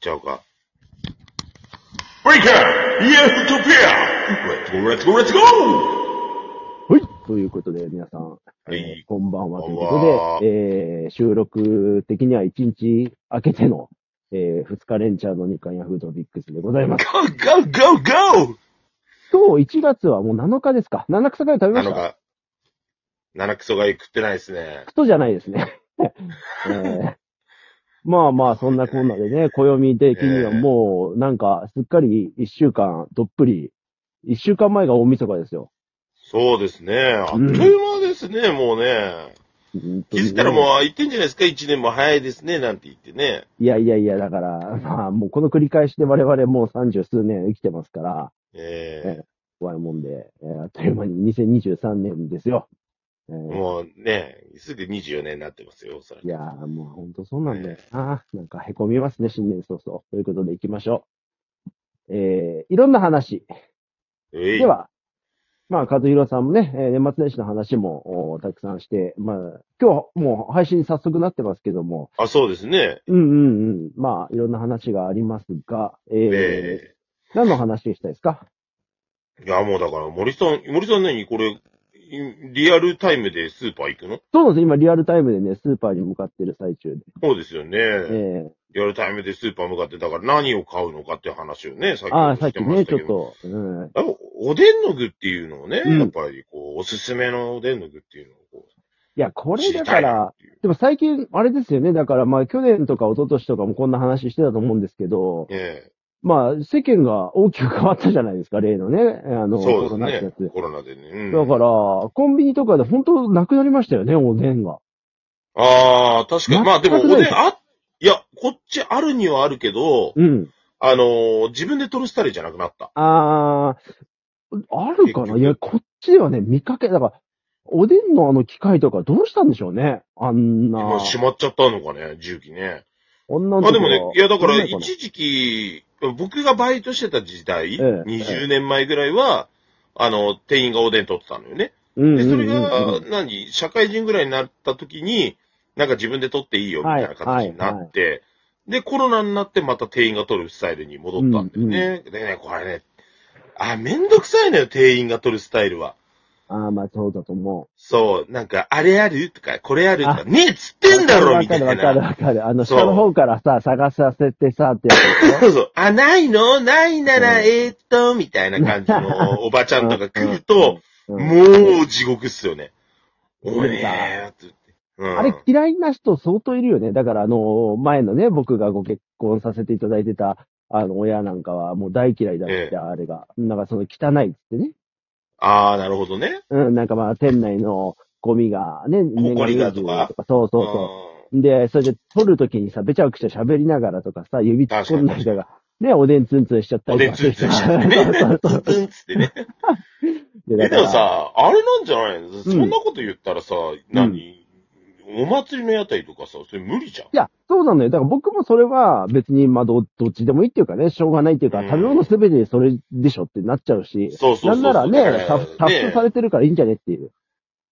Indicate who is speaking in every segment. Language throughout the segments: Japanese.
Speaker 1: ちゃうか。ブレイカーイエストピアレッツゴーレッツゴーレッツゴー
Speaker 2: はい。ということで、皆さん、
Speaker 1: はい
Speaker 2: えーこんばんはと
Speaker 1: こ
Speaker 2: い
Speaker 1: ん
Speaker 2: う
Speaker 1: ばん
Speaker 2: こ
Speaker 1: は
Speaker 2: とで、えー収録的には1日明けての、え2日連チャーの日刊ヤフードビックスでございます。
Speaker 1: ゴーゴーゴーゴー
Speaker 2: 今日1月はもう7日ですか ?7 草が食べま
Speaker 1: な
Speaker 2: し
Speaker 1: の
Speaker 2: た
Speaker 1: か、七クソが食ってないですね。
Speaker 2: クソじゃないで すね。えーまあまあ、そんなこんなでね、暦的にはもう、なんか、すっかり1週間どっぷり、1週間前が大晦日ですよ。
Speaker 1: そうですね。あっという間ですね、もうね。気づいたらもう言ってんじゃないですか、一年も早いですね、なんて言ってね。
Speaker 2: う。いやいやいや、だから、まあ、もうこの繰り返しで我々もう三十数年生きてますから、
Speaker 1: え
Speaker 2: 怖いもんで、えーあっという間に2023年ですよ。えー
Speaker 1: えもうね、すぐ24年になってますよ、おそらく
Speaker 2: いやー、もう本当そうなんだよな。なんか凹みますね、新年早々。ということで行きましょう。えー、いろんな話。
Speaker 1: えい
Speaker 2: で、は、まあ、和弘さんもね、えー年末年始の話もおたくさんして、まあ、今日もう配信早速なってますけども、
Speaker 1: あ、そうですね。
Speaker 2: うんうんうん。まあ、いろんな話がありますが、えー
Speaker 1: え
Speaker 2: 何の話したいですか
Speaker 1: えいや、もうだから、森さん、森さん何これ、いリアルタイムでスーパー行くの
Speaker 2: そうなんです。今、リアルタイムでね、スーパーに向かってる最中で。
Speaker 1: そうですよね。
Speaker 2: えー
Speaker 1: リアルタイムでスーパー向かって、だから何を買うのかっていう話をね、さっき
Speaker 2: ああ、
Speaker 1: も
Speaker 2: さっ
Speaker 1: し
Speaker 2: き
Speaker 1: てまし
Speaker 2: ね、
Speaker 1: た
Speaker 2: ちょ
Speaker 1: け
Speaker 2: っ
Speaker 1: ど。
Speaker 2: と、うん。
Speaker 1: あおおでんの具っていうのをね、
Speaker 2: うん
Speaker 1: やっぱりこう、おすすめのおでんの具っていうのをこ
Speaker 2: いや、こ
Speaker 1: う、
Speaker 2: れ
Speaker 1: 知
Speaker 2: だ
Speaker 1: り
Speaker 2: か
Speaker 1: たいな
Speaker 2: ら
Speaker 1: っ、ていう。
Speaker 2: でも最近、あれですよね。だから、まあ、去年とか一昨年とかもこんな話してたと思うんですけど、
Speaker 1: え
Speaker 2: まあ、世間が大きく変わったじゃないですか、例のね、あ
Speaker 1: え
Speaker 2: の、
Speaker 1: そうで
Speaker 2: コ
Speaker 1: す
Speaker 2: ロナってや
Speaker 1: ね
Speaker 2: つ。。
Speaker 1: コロナでね。うん、
Speaker 2: だから、コンビニとかで本当なくなりましたよね、おでんが。
Speaker 1: ああ、確かに。まあで
Speaker 2: 全
Speaker 1: も、
Speaker 2: くない
Speaker 1: おでん、あ、いや、こっちあるにはあるけど、
Speaker 2: うん。
Speaker 1: あのー自分で取るスタイルじゃなくなった。
Speaker 2: あー、ある
Speaker 1: 結
Speaker 2: かな
Speaker 1: 局
Speaker 2: いや、こっちではね、見かけ、だから、おでんのあの機械とかどうしたんでしょうね。あんな。
Speaker 1: 今閉まっちゃったのかね、重機ね。
Speaker 2: あんな
Speaker 1: まあでもね、いやだから、
Speaker 2: 一
Speaker 1: 一時期、僕がバイトしてた時代、
Speaker 2: ええ
Speaker 1: 20年前ぐらいは、あの、店員がおでん取ってたのよね。
Speaker 2: うん
Speaker 1: で、
Speaker 2: うん
Speaker 1: そ
Speaker 2: うん
Speaker 1: れが
Speaker 2: うん、
Speaker 1: 何、社会人ぐらいになった時に、なんか自分で取っていいよ、みたいな形になって、で、コロナになってまた店員が取るスタイルに戻ったんだよね。でね、これね、あ、めんどくさいのよ、店員が取るスタイルは。
Speaker 2: ああ、まあそうだと思う。
Speaker 1: そう、なんか、あれあるとか、これあると
Speaker 2: あ
Speaker 1: か、ねえっつってんだろ、
Speaker 2: わ
Speaker 1: みた
Speaker 2: か
Speaker 1: い
Speaker 2: る
Speaker 1: な
Speaker 2: わ。かるわかる。あの、
Speaker 1: そ
Speaker 2: 下
Speaker 1: う
Speaker 2: の方からさ、探させてさ、ってやつでし
Speaker 1: そうそう。あ、ないのないなら、
Speaker 2: うん
Speaker 1: えーっと、みたいな感じ のおばちゃんとか来ると、
Speaker 2: ょうん
Speaker 1: もう地獄っすよね。
Speaker 2: うん
Speaker 1: おいねーって言って。うん
Speaker 2: あれ嫌いな人相当いるよね。だから、あの、前のね、僕がご結婚させていただいてた、あの、親なんかは、もう大嫌いだっ
Speaker 1: え
Speaker 2: て、
Speaker 1: え
Speaker 2: あれが。なんか、その、汚いっつってね。
Speaker 1: あー、なるほどね。
Speaker 2: うん、なんかまあ、店内のゴミがね、年
Speaker 1: 埃
Speaker 2: が
Speaker 1: だとか。
Speaker 2: そうそうそ
Speaker 1: うん
Speaker 2: う。で、それで、撮るときにさ、べちゃくちゃ喋りながらとかさ、指突っ込んだりとか、ね、おでんツンツンしちゃった
Speaker 1: お
Speaker 2: り
Speaker 1: でん
Speaker 2: とか
Speaker 1: ツンツンしちゃって
Speaker 2: そうそう
Speaker 1: ね。ツ
Speaker 2: そ
Speaker 1: ン
Speaker 2: う
Speaker 1: ツンっつって ね。
Speaker 2: で
Speaker 1: え
Speaker 2: だ
Speaker 1: で
Speaker 2: か
Speaker 1: も
Speaker 2: ら
Speaker 1: さ、あれなんじゃないのそんなこと言ったらさ、何お祭りの屋台とかさ、それ無理じゃん。
Speaker 2: いや、そうなのよ。だから僕もそれは別に、まあど、どっちでもいいっていうかね、しょうがないっていうか、
Speaker 1: うん
Speaker 2: 食べ物すべてそれでしょってなっちゃうし、
Speaker 1: そうそうそうそう。
Speaker 2: なんなら
Speaker 1: だ
Speaker 2: ね、タ
Speaker 1: か
Speaker 2: フタフトされてるからいいんじゃねっていう。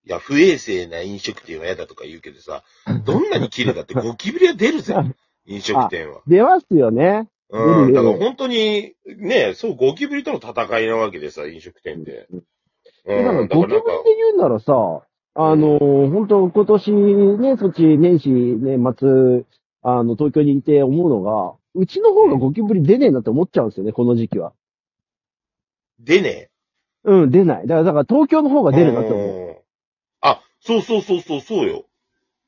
Speaker 1: いや、不衛生な飲食店は嫌だとか言うけどさ、どんなに綺麗だってゴキブリは出るぜ、飲食店は。
Speaker 2: 出ますよね。
Speaker 1: う
Speaker 2: 出
Speaker 1: ん。
Speaker 2: る
Speaker 1: だ
Speaker 2: よ
Speaker 1: から本当に、ね、そうゴキブリとの戦いなわけでさ、飲食店って。う
Speaker 2: だから、
Speaker 1: ん。だ
Speaker 2: ゴキ
Speaker 1: から
Speaker 2: ブリ
Speaker 1: な
Speaker 2: で
Speaker 1: んか、
Speaker 2: 言うならさ、あのー、本当今年ね、そっち年始、年末、あの、東京にいて思うのが、うちの方がゴキブリ出ねえなって思っちゃうんですよね、この時期は。
Speaker 1: でね。
Speaker 2: うん、出ない。だから、だから東京の方が出るなって思う。
Speaker 1: うんあ、そうそうそうそう、そうよ。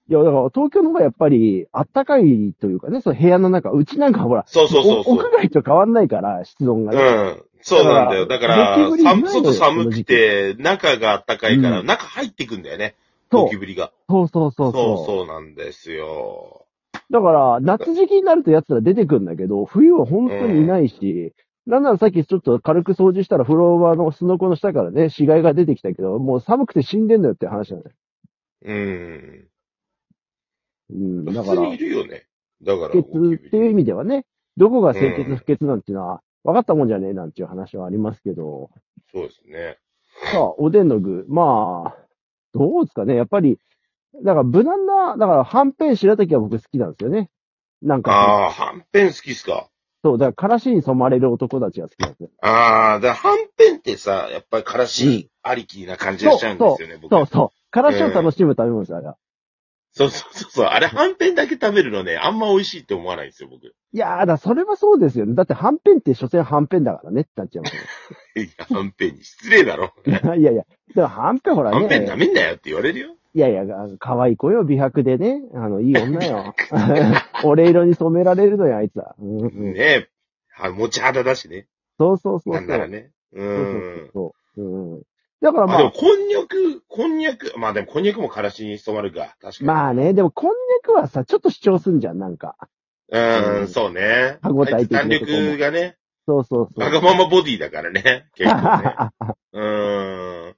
Speaker 2: いや、だから東京の方がやっぱり暖かいというかね、その部屋の中、うちなんかほら、
Speaker 1: そうそうそう
Speaker 2: お
Speaker 1: そう
Speaker 2: 屋。外と変わんないから、室温が
Speaker 1: う
Speaker 2: ね。
Speaker 1: ん。そうなんだよ。
Speaker 2: だ
Speaker 1: だ
Speaker 2: か
Speaker 1: からら
Speaker 2: ゴキブ、リいない
Speaker 1: 寒
Speaker 2: のよ
Speaker 1: 外寒くて、中が暖かいから、
Speaker 2: うん
Speaker 1: 中入ってくんだよね。
Speaker 2: そ
Speaker 1: ゴキ
Speaker 2: う
Speaker 1: ブリが。
Speaker 2: そうそう
Speaker 1: そう
Speaker 2: そ
Speaker 1: う
Speaker 2: そう
Speaker 1: そうなんですよ。
Speaker 2: だから、夏時期になるとやつら出てくんだけど、冬は本当にいないし、なんならさっきちょっと軽く掃除したらフロアのすのこの下からね、死骸が出てきたけど、もう寒くて死んでんのよって話なんだよ。
Speaker 1: うん。
Speaker 2: うん、だか
Speaker 1: 普通
Speaker 2: ら、
Speaker 1: にいるよね。だから、
Speaker 2: 不潔っていう意味ではね、どこが清潔
Speaker 1: うん
Speaker 2: 不潔なんていうのは、分かったもんじゃねえなんていう話はありますけど、
Speaker 1: そうですね。
Speaker 2: さあ、おでんの具。まあ、どうですかね。やっぱり、だから無難な、だからはんぺん白滝は僕好きなんですよね。なんか、
Speaker 1: ああ、はんぺん好きっすか。
Speaker 2: そう、だから、からしに染まれる男たちが好きなんですよ。
Speaker 1: ああ、だからはんぺんってさ、やっぱりからしありきな感じがしちゃうんですよね、僕。
Speaker 2: そうそう。からしを楽しむ食べ物です、あれは。
Speaker 1: そうそうそうそう。あれ、はんぺんだけ食べるのね、あんま美味しいって思わないんですよ、僕。
Speaker 2: いやー、だからそれはそうですよね。だって、はんぺんって、所詮はんぺんだからねってなっちゃいますよ
Speaker 1: いや、はんぺんに失礼 だろ。
Speaker 2: いやいや、でもはんぺんほら
Speaker 1: はんぺん舐
Speaker 2: ね、
Speaker 1: めんなよって言われるよ。
Speaker 2: いやいや、あの可愛い子よ、美白でね、あの、いい 女よ。俺色に染められるのよ、あいつは。うんうん、
Speaker 1: ねえ。は持ち肌だしね。
Speaker 2: そうそうそうそ
Speaker 1: な
Speaker 2: う。
Speaker 1: んならね。う
Speaker 2: そうそ
Speaker 1: ん
Speaker 2: う。そうそう。うん。だか
Speaker 1: ま
Speaker 2: らま
Speaker 1: あでも、
Speaker 2: あ、
Speaker 1: こんにゃく、こんにゃく、まあでも、こんにゃくもからしに染まるか。確かに。
Speaker 2: まあね、でもこんにゃくはさ、ちょっと主張すんじゃん、なんか。
Speaker 1: う、
Speaker 2: うんん
Speaker 1: そうね。
Speaker 2: 歯応え的な
Speaker 1: 弾
Speaker 2: とこも
Speaker 1: 力がね、
Speaker 2: そうそうそう。
Speaker 1: わがままボディだから ね。結構ね。うん。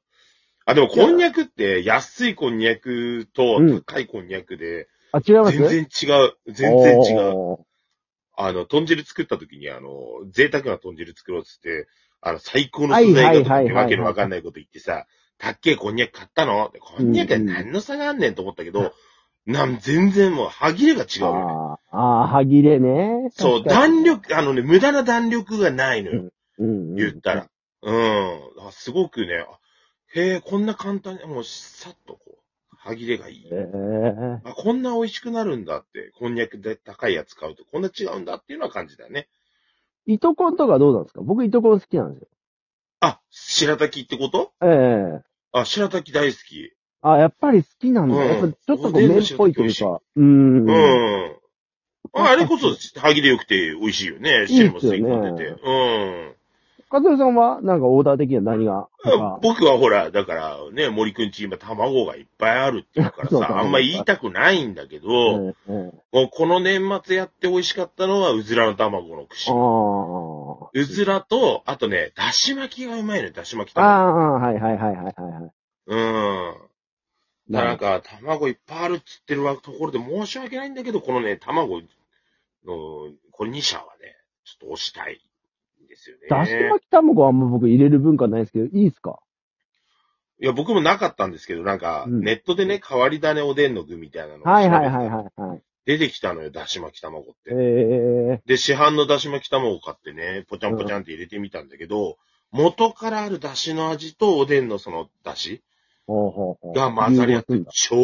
Speaker 1: あ、でも、こんにゃくって、安いこんにゃくと
Speaker 2: うん
Speaker 1: 高いこんにゃくで、
Speaker 2: あ、違います
Speaker 1: 全然違う。全然違う。
Speaker 2: う。
Speaker 1: あの、豚汁作った時に、あの、贅沢な豚汁作ろうっつって、あの、最高の
Speaker 2: はい
Speaker 1: 素材
Speaker 2: は
Speaker 1: が
Speaker 2: い
Speaker 1: と
Speaker 2: はい
Speaker 1: か
Speaker 2: はい
Speaker 1: わけのわかんないこと言ってさ、たっけえこんにゃく買ったのってこんにゃくは何の差があんねんと思ったけど、なん、全然もう、歯切れが違うよね。
Speaker 2: あーあー、歯切れね。
Speaker 1: そう、
Speaker 2: 確かに
Speaker 1: 弾。力、あのね、無駄な弾力がないのよ。
Speaker 2: うん、うん。
Speaker 1: 言ったら。。うん。あすごくね、あへえ、こんな簡単に、もうさっとこう、歯切れがいい
Speaker 2: え。え
Speaker 1: あ、こんな美味しくなるんだって、こんにゃくで高いやつ買うと、こんな違うんだっていうのは感じだね。
Speaker 2: いとこんとかどうなんですか僕、いとこん好きなんですよ。
Speaker 1: あ、白滝ってこと
Speaker 2: ええ
Speaker 1: あ、白滝大好き。
Speaker 2: あ、やっぱり好きなんだ。
Speaker 1: うん
Speaker 2: やっぱちょっとこ
Speaker 1: おで
Speaker 2: う、
Speaker 1: んの
Speaker 2: 麺っぽいという
Speaker 1: 白
Speaker 2: か。うん。
Speaker 1: うん。
Speaker 2: うん。
Speaker 1: ああれこそ、歯切れ良くて美味しいよね。汁も吸い込んで
Speaker 2: いい
Speaker 1: て。
Speaker 2: っ
Speaker 1: うん。
Speaker 2: かずるさんは、なんかオーダー的には何が
Speaker 1: あ僕はほら、だからね、森くんち今卵がいっぱいあるっていうから
Speaker 2: そうか
Speaker 1: さ、あんま言いたくないんだけど、
Speaker 2: うんうん
Speaker 1: もうこの年末やって美味しかったのは、うずらの卵の串。
Speaker 2: あ
Speaker 1: うずらと、あとね、だし巻きがうまいのよ、だし巻き
Speaker 2: あ。
Speaker 1: 卵。
Speaker 2: ああ、はいはいはいはいはいはい。
Speaker 1: うん。だからな
Speaker 2: なん
Speaker 1: か、卵いっぱいあるっつってるところで申し訳ないんだけど、このね、卵の、これ2社はね、ちょっと押したいんですよね。
Speaker 2: だし巻き卵はあんま僕入れる文化ないですけど、いいっすか
Speaker 1: いや、僕もなかったんですけど、なんか、
Speaker 2: うん
Speaker 1: ネットでね、変わり種おでんの具みたいなのが
Speaker 2: はいはいはいはいはい。
Speaker 1: 出てきたのよ、だし巻き卵って。
Speaker 2: ええ
Speaker 1: で、市販のだし巻き卵を買ってね、ぽちゃんぽちゃんって入れてみたんだけど、元からあるだしの味とおでんのそのだし
Speaker 2: ほうほうほう。
Speaker 1: が混ざり合って、超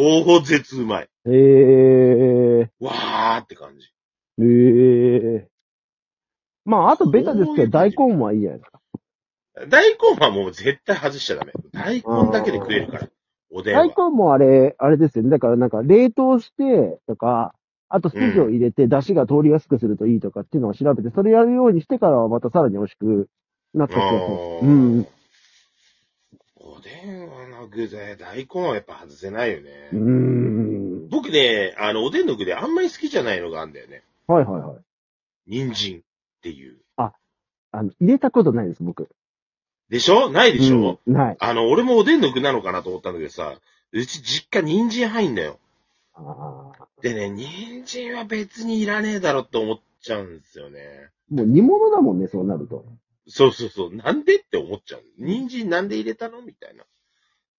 Speaker 1: 絶うまい。
Speaker 2: ええ
Speaker 1: わーって感じ。
Speaker 2: ええまあ、あとベタですけど、
Speaker 1: そうい
Speaker 2: 大
Speaker 1: う感
Speaker 2: 根はいいじゃないですか。
Speaker 1: 大根はもう絶対外しちゃダメ。大根だけで食えるから。おでんは
Speaker 2: 大。根もあれ、あれですよね。だからなんか、冷凍して、とか、あと筋を入れて、出汁が通りやすくするといいとかっていうのを調べて、それやるようにしてからはまたさらに美味しくなってきて
Speaker 1: う
Speaker 2: う。うん。
Speaker 1: おでんはな具材、大根はやっぱ外せないよね。
Speaker 2: うーん。
Speaker 1: 僕ね、あの、おでんの具であんまり好きじゃないのがあるんだよね。
Speaker 2: はいはいはい。
Speaker 1: 人参っていう。
Speaker 2: あの、入れたことないです、僕。
Speaker 1: でしょないでしょ、
Speaker 2: うんない。
Speaker 1: あの、俺もおでんの具なのかなと思ったんだけどさ、うち実家人参入んだよ。
Speaker 2: あー
Speaker 1: でね、人参は別にいらねえだろって思っちゃうんですよね。
Speaker 2: もう煮物だもんね、そうなると。
Speaker 1: そうそうそう、なんでって思っちゃう。人参なんで入れたのみたいな。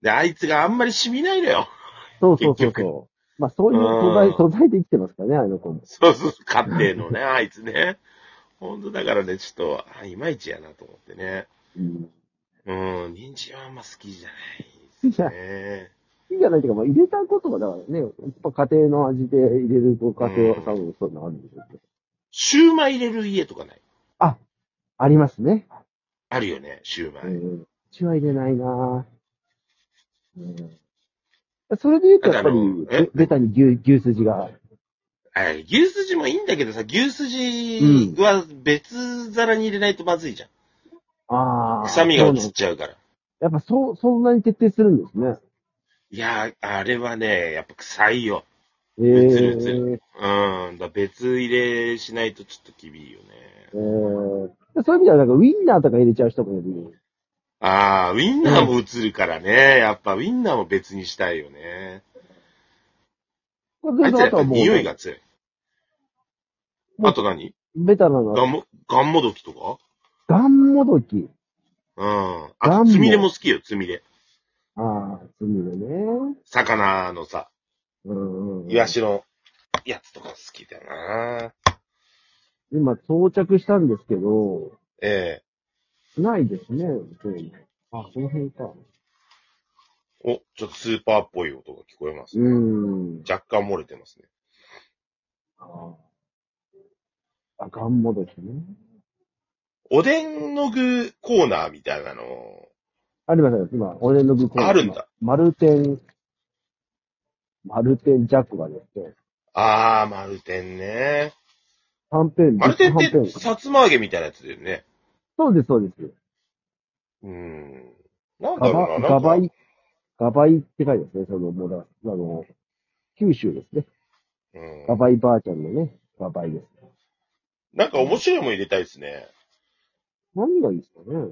Speaker 1: で、あいつがあんまり染みないのよ。
Speaker 2: そうそうそう
Speaker 1: 結
Speaker 2: そう。まあ、そういう素
Speaker 1: う
Speaker 2: 材、
Speaker 1: ん
Speaker 2: 素材で生きてますからね、あの子も。
Speaker 1: そうそう、家庭のね、あいつね。ほんとだからね、ちょっと、あいまいちやなと思ってね。
Speaker 2: うん
Speaker 1: うん、人参はあんま好きじゃないですね。
Speaker 2: いいじゃないっていうか、まあ、入れたことが、だからね、やっぱ家庭の味で入れるご家庭は多分そういうのあるんでしょうけど。
Speaker 1: シューマイ入れる家とかない
Speaker 2: ありますね。
Speaker 1: あるよね、シューマイ。
Speaker 2: うん。うちは入れないなぁ。うん。それで言うと、やっぱ
Speaker 1: だ
Speaker 2: り
Speaker 1: からあのえ、
Speaker 2: ベベタに牛、牛すじが。
Speaker 1: あ牛すじもいいんだけどさ、牛すじは別皿に入れないとまずいじゃん。
Speaker 2: ああ。
Speaker 1: 臭みが
Speaker 2: そう
Speaker 1: 移
Speaker 2: なん
Speaker 1: っちゃうから。
Speaker 2: やっぱそう、そんなに徹底するんですね。
Speaker 1: いやー、あれはね、やっぱ臭いよ。
Speaker 2: え
Speaker 1: 移る移
Speaker 2: ー
Speaker 1: るうん、だ別入れしないとちょっと厳しいよね。
Speaker 2: えーでそういう意味では、なんかウィンナーとか入れちゃう人もいる。
Speaker 1: ああ、ウィンナーも移るからね。やっぱウィンナーも別にしたいよね。あいつらやっぱ匂いが強い。
Speaker 2: もう
Speaker 1: あと何
Speaker 2: ベタなの
Speaker 1: ガ
Speaker 2: は、
Speaker 1: ンモ、ガンモドキとか
Speaker 2: ガンもどき。
Speaker 1: うん。
Speaker 2: ガ
Speaker 1: あと、
Speaker 2: ンモ
Speaker 1: つみれも好きよ、つみれ。
Speaker 2: ああ、罪でね。
Speaker 1: 魚のさ、
Speaker 2: うんうんうん。
Speaker 1: イワシのやつとか好きだな。
Speaker 2: 今到着したんですけど、
Speaker 1: え
Speaker 2: ないですね、そういうのあ、その辺か。
Speaker 1: えお、ちょっとスーパーっぽい音が聞こえます
Speaker 2: う
Speaker 1: ね。
Speaker 2: ーん。
Speaker 1: 若干漏れてますね。
Speaker 2: ああ。ガンモですね。
Speaker 1: おでんの具コーナーみたいなの、
Speaker 2: ありますよ、今、俺の向こう
Speaker 1: あるんだ。
Speaker 2: 丸天、丸天ジャックがですね、
Speaker 1: あー、丸天ね。
Speaker 2: はんぺん、
Speaker 1: 丸天っ
Speaker 2: はんぺん
Speaker 1: て、さつま揚げみたいなやつだよね。
Speaker 2: そうです、そうです。
Speaker 1: うん。なんだ
Speaker 2: ガ
Speaker 1: ろ
Speaker 2: バ、
Speaker 1: うな。な
Speaker 2: ガ
Speaker 1: ん
Speaker 2: バ
Speaker 1: か
Speaker 2: イ、ガバイって書いてますね、その、もうだ、あの、九州ですね。
Speaker 1: うん
Speaker 2: ガバイばあちゃんのね、ガバイです。
Speaker 1: なんか面白いもん入れたいですね。
Speaker 2: 何がいいですかね。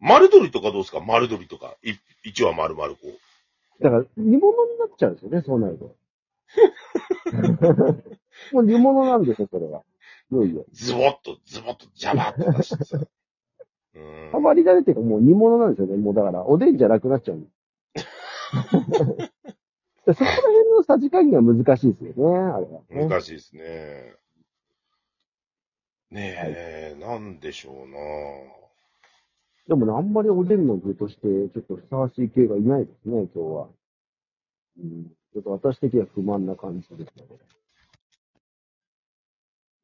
Speaker 1: 丸鶏とかどうですか丸鶏とか。い一話丸々こう。
Speaker 2: だから、煮物になっちゃうんですよね、そうなると。 もう煮物なんですよ、それは。いよいよ。
Speaker 1: ズボッと、ズボッと、ジャバッと出して さ。うん
Speaker 2: あ。まりだれていうか、もう煮物なんですよね。もうだから、おでんじゃなくなっちゃうんです。そこら辺のさじ加減が難しいですよね、あれは、ね。
Speaker 1: 難しいですね。ねえ、なんでしょうな
Speaker 2: でもね、あんまりおでんの具として、ちょっとふさわしい系がいないですね、今日は。うん、ちょっと私的には不満な感じですね。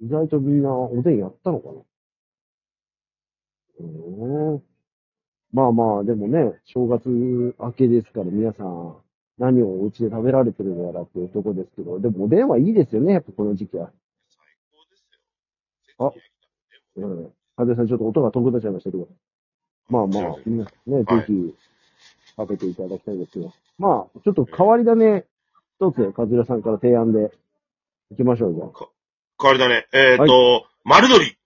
Speaker 2: 意外とみんなおでんやったのかなうん。まあまあ、でもね、正月明けですから皆さん、何をお家で食べられてるのやらっていうとこですけど、でもおでんはいいですよね、やっぱこの時期は。あうん。はさん、ちょっと音が遠くなっちゃいましたけど。まあまあ
Speaker 1: すいま、せん
Speaker 2: 皆さんね、
Speaker 1: はい
Speaker 2: ぜひ、食べていただきたいですけど。まあ、ちょっと変わり種、一つ、カズラさんから提案で、行きましょう、じゃあ。
Speaker 1: 変わりだね。えっ、と、丸鶏。